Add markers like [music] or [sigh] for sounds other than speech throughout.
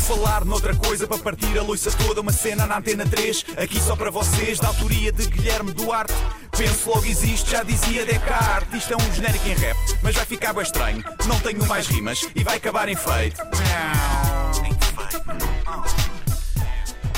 falar noutra coisa para partir a louça toda, uma cena na antena 3, aqui só para vocês, da autoria de Guilherme Duarte. Penso logo existe, já dizia Descartes. Isto é um genérico em rap, mas vai ficar bem estranho. Não tenho mais rimas e vai acabar em feito.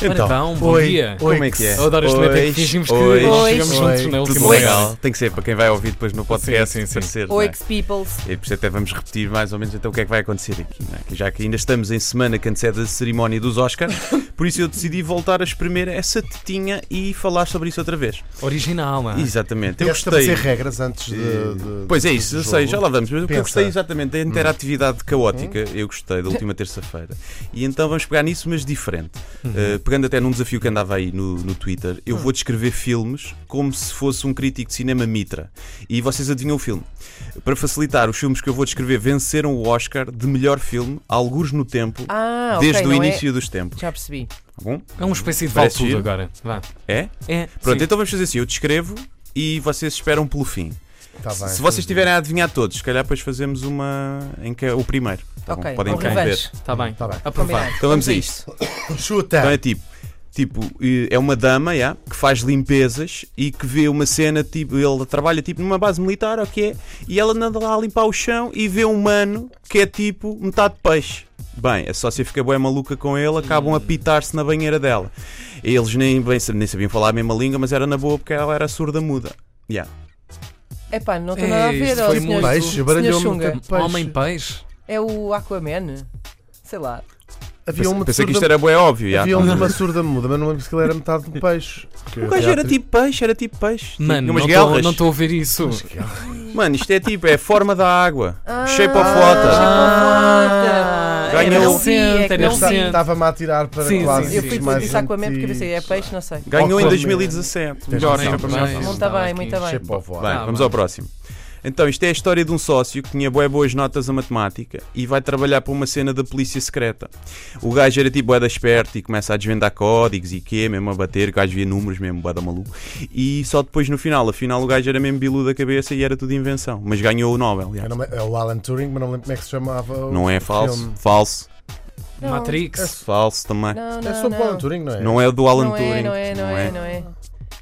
Então, Então, bom oi, dia. oi, Como é que é? Eu adoro este momento em que Ois, fingimos que ois, chegamos ois. juntos é? na última Tudo hora. legal. Tem que ser para quem vai ouvir depois no podcast. Sim, sim, sim. Parecer, não é? Oix Peoples. E por isso até vamos repetir mais ou menos então o que é que vai acontecer aqui, não é? Que já que ainda estamos em semana que antecede a cerimónia dos [laughs] Oscars, por isso eu decidi voltar a espremer essa tetinha e falar sobre isso outra vez. Original, não é? Exatamente. Eu Deve estabelecer gostei. regras antes de. de- Pois é isso, do eu sei, jogo. já lá vamos. Mas o que eu Pensa. gostei exatamente da interatividade caótica, eu gostei da última terça-feira. E então vamos pegar nisso, mas diferente. Uh, pegando até num desafio que andava aí no, no Twitter, eu vou descrever filmes como se fosse um crítico de cinema Mitra. E vocês adivinham o filme. Para facilitar, os filmes que eu vou descrever venceram o Oscar de melhor filme, alguns no tempo, Ah, ok, desde o não é- início dos tempos. Já percebi. Tá bom? É uma espécie de Parece vale tudo giro. agora. Vá. É? É. Pronto, sim. então vamos fazer assim: eu descrevo e vocês esperam pelo fim. Tá bem. Se vocês tiverem a adivinhar todos, se calhar depois fazemos uma em que é o primeiro. Tá Ok, bom? Podem um ok. interromper. revanche. Está bem. Tá bem. Aprovado. Combinado. Então vamos a isto. Chuta! Então é tipo, tipo, eh, é uma dama já, que faz limpezas e que vê uma cena, tipo, ele trabalha tipo numa base militar, ou o que é, e ela anda lá a limpar o chão e vê um mano que é tipo metade peixe. Bem, a sócia fica bem maluca com ele, acabam a pitar-se na banheira dela. Eles nem, bem, nem sabiam falar a mesma língua, mas era na boa porque ela era surda muda. Yeah. Epá, não É, tem nada a ver, isto ó, foi senhor- muito- Peixe, senhor baralhou-me Xunga. muito peixe. Homem-peixe. É o Aquaman? Sei lá. Havia Pensei, uma pensei que isto surda- era bem óbvio. já. Havia uma surda muda, mas não lembro se ele era metade de peixe. O gajo era tipo peixe, era tipo peixe. Mano, Tinha umas não tô- guelras. não estou a ver isso. Mano, isto é tipo, é a forma da água. Ah, Shape of shape water. of water. Ganhou. Eu não vi, é que Era não vi. recente, era recente. Estava-me a atirar para Sim, sim, classes sim. Eu fui mais pensar com a mente porque antigas. pensei, é peixe, não sei. Ganhou em Aquaman. 2017. Melhor, razão, não é? tens Melhor. razão. Bem, Muito tá bem, aqui. muito bem. Shape of water. Tá, vamos bem. ao próximo. Então, isto é a história de um sócio que tinha bué boas notas a matemática e vai trabalhar para uma cena da polícia secreta. O gajo era tipo bué da esperto e começa a desvendar códigos e quê, mesmo a bater, o gajo via números mesmo, bué da maluco. E só depois no final, afinal o gajo era mesmo bilu da cabeça e era tudo invenção. Mas ganhou o Nobel, Eu aliás. não me- É o Alan Turing, mas não lembro como é que se chamava. o Não é falso? filme. Falso. Não. Matrix. Falso também. Não, não, É sobre o não. Alan Turing, não é? Não é o do Alan não Turing. É, não é, não, é, não é.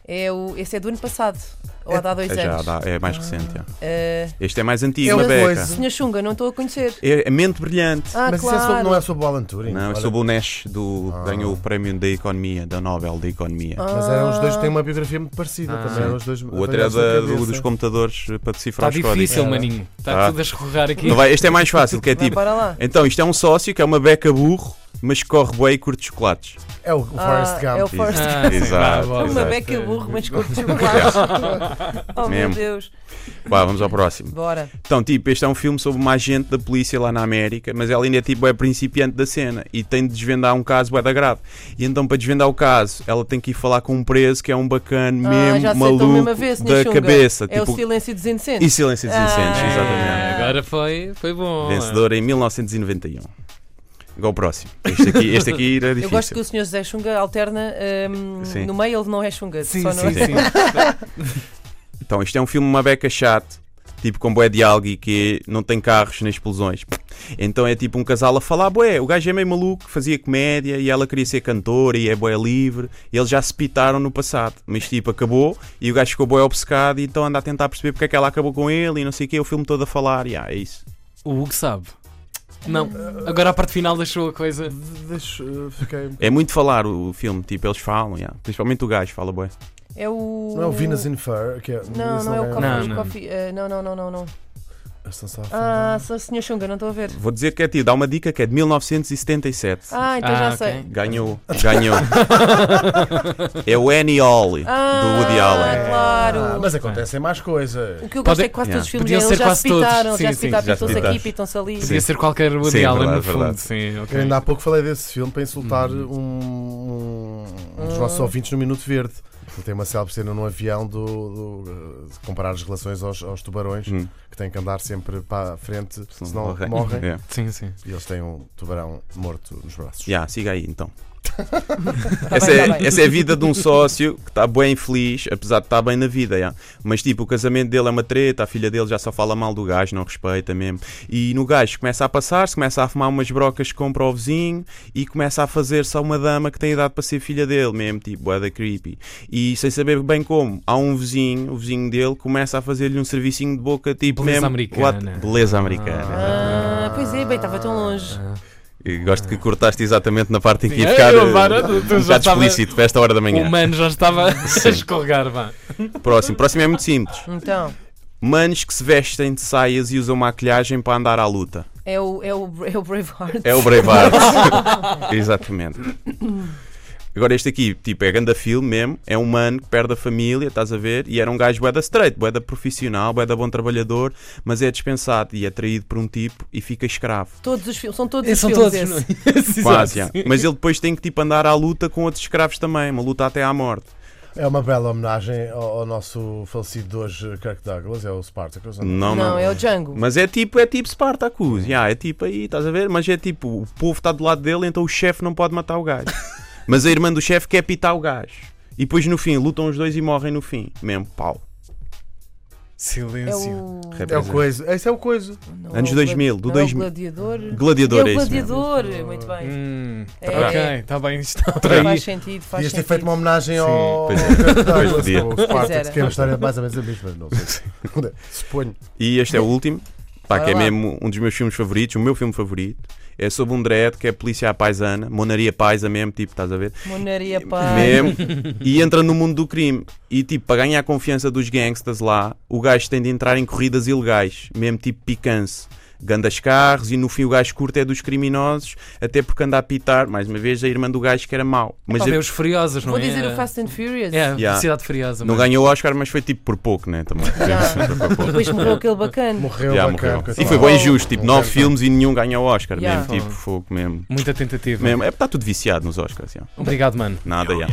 É o, esse é do ano passado, ou há de há dois É, já anos. dá- é mais recente. já. Eh, Este é mais antigo, É na uma beca. coisa. Senhor Xunga, não estou a conhecer. É a mente brilhante. Ah, Mas claro. isso é sobre- não é sobre o Alan Turing. Não, é olha. sobre o Nash, do, Ah. ganhou o prémio da economia, da Nobel da economia. Ah, Mas eram os dois que têm uma biografia muito parecida Ah. também. Eram os dois o outro é da- do- dos computadores eh, para Está decifrar os códigos. Tá difícil, Era. maninho. Está Tá. tudo a escorregar aqui. Não vai- este é mais fácil, que é Vai tipo... para lá. Então, isto é um sócio que é uma beca burro, mas corre bem e curte chocolates. É o o Forrest Ah, Gump. é o Forrest Ah, sim, [laughs] Exato, vai, vai, Uma exato. vai. beca burro, mas com [laughs] chocolate. oh meu Mesmo. Deus. Vá, vamos ao próximo. Bora. Então, tipo, este é um filme sobre uma agente da polícia lá na América, mas ela ainda é tipo é principiante da cena e tem de desvendar um caso bué da grave. E então, para desvendar o caso, ela tem que ir falar com um preso que é um bacana ah, mesmo, já sei, estou maluco mesmo a ver, Sr. da Xunga. cabeça. É tipo, o silêncio dos e inocentes. Silêncio dos Incêndios, Ah. exatamente. É, Agora foi, foi bom. Vencedora em 1991. Igual ao próximo. Este aqui, este aqui era difícil. Eu gosto que o Sr. José Xunga alterna hum, Sim. no meio, ele não é Xunga. Sim, só sim, no... é. sim. Então, isto é um filme uma beca chato, tipo com boé de algo e que não tem carros nem explosões. Então é tipo um casal a falar, boé, o gajo é meio maluco, fazia comédia e ela queria ser cantora e é boé livre. E eles já se pitaram no passado, mas tipo acabou e o gajo ficou boé obcecado e então anda a tentar perceber porque é que ela acabou com ele e não sei o que, o filme todo a falar. E ah, é isso. O Hugo sabe. Não, agora a parte final deixou a coisa. Deixa, uh, fiquei... É muito falar o o filme, tipo, eles falam, yeah. principalmente o gajo fala boé. É o. Não é o Venus in Fur? Que é... Não, esse não é o Coffee. ganha- Não, os não. coffee- eh, não, não, não, não, não. Estão só a Ah, falar. só o Sr. Xunga, não estou a ver. Vou dizer que é ti, dá uma dica que é de 1977. Ah, então já Ah, ok. sei. Ganhou, ganhou. é o Annie Hall do Ah, Woody Allen. claro. Ah, mas acontecem mais coisas. O que eu gosto Pode- é que quase Yeah. todos os filmes Podiam deles ser já quase se pitaram, todos. já Sim, se sim, pitaram, já se pitam-se aqui, pitaram. pitam-se ali. Podia ser qualquer Woody Sim, é Allen, verdade, no fundo. verdade. Sim, ok. Eu ainda há pouco falei desse filme para insultar um, um dos nossos ouvintes no Minuto Verde. Ele tem uma célebre cena num avião do, do- de comparar as relações aos, aos tubarões Hum. então que têm que andar sempre para a frente, senão Morre. [laughs] morrem. É. Sim, sim. E eles têm um tubarão morto nos braços. Yeah, siga aí então. essa, bem, é, tá bem. essa é a vida de um sócio que está bem feliz, apesar de estar bem na vida. já. Mas tipo, o casamento dele é uma treta, a filha dele já só fala mal do gajo, não respeita mesmo. E no gajo começa a passar-se, começa a fumar umas brocas que compra ao vizinho e começa a fazer só uma dama que tem idade para ser filha dele mesmo, tipo, é da creepy. E sem saber bem como, há um vizinho, o vizinho dele, começa a fazer-lhe um servicinho de boca, tipo Beleza mesmo. americana. what- Beleza americana. Ah, pois é, bem, estava tão longe. E gosto que cortaste exatamente na parte em que ia Eu, ficar eh, um Vara, tu- tu bocado já estava- explícito para esta hora da O manhã. mano já estava [laughs] a escorregar, vá. Próximo. Próximo é muito simples. Então, Manos que se vestem de saias e usam maquilhagem para andar à luta. é o, é o, é o Braveheart. É o Braveheart. [laughs] Exatamente. Agora este aqui, tipo, é ganda filme mesmo, é um mano que perde a família, estás a ver, e era um gajo bué da straight, bué da profissional, bué da bom trabalhador, mas é dispensado e é traído por um tipo e fica escravo. Todos os filmes, são todos assim. Esses os São filmes. todos, não esse. é? [laughs] Sim, Quase, exato, já. sim. Mas ele depois tem que, tipo, andar à luta com outros escravos também, uma luta até à morte. É uma bela homenagem ao, ao nosso falecido de hoje Kirk Douglas, é o Spartacus. ou Não, não. Não, é o Django. Mas é tipo, é tipo Spartacus, yeah, é tipo aí, estás a ver? Mas é tipo, o povo está do lado dele, então o chefe não pode matar o gajo. Mas a irmã do chefe quer pitar o gajo. E depois no fim, lutam os dois e morrem no fim. Mesmo, pau. É Silêncio. o. É o coiso. Esse é o coiso. não, Anos é o 2000, do não, 2000. É o Gladiador. Gladiador É é o isso Gladiador, muito bem. Hum, É. Ok, está bem. Isto Faz sentido, faz Podias ter sentido. feito uma homenagem ao pois é. [laughs] Kirk Pois Douglas, podia. o Pois Spartacus, era. que é uma história mais ou menos a mesma, não sei. Suponho. E este é o último, pá, que é Bora lá. mesmo um dos meus filmes favoritos, o meu filme favorito. É sobre um dread que é polícia à paisana, monaria paisa mesmo, tipo, estás a ver? Monaria Pai. [laughs] Mesmo. E entra no mundo do crime. E tipo, para ganhar a confiança dos gangsters lá, o gajo tem de entrar em corridas ilegais, mesmo tipo picance. Gandas carros e no fim o gajo curto é dos criminosos, até porque anda a pitar, mais uma vez, a irmã do gajo que era mau. Mas Mas ele os Furiosos, não Vou é? dizer o Fast and Furious. É, Yeah. Cidade Furiosa. não mano. ganhou o Oscar, mas foi tipo por pouco, né? Também. [laughs] Yeah. Foi por pouco. Depois morreu aquele bacana. Morreu Já, bacana, morreu. E coitado. foi bem justo, tipo, Morreu. nove filmes e nenhum ganhou o Oscar, Yeah. mesmo, tipo, fogo mesmo. Muita tentativa. mesmo. É, está tudo viciado nos Oscars, yeah. Obrigado, mano. nada, yeah.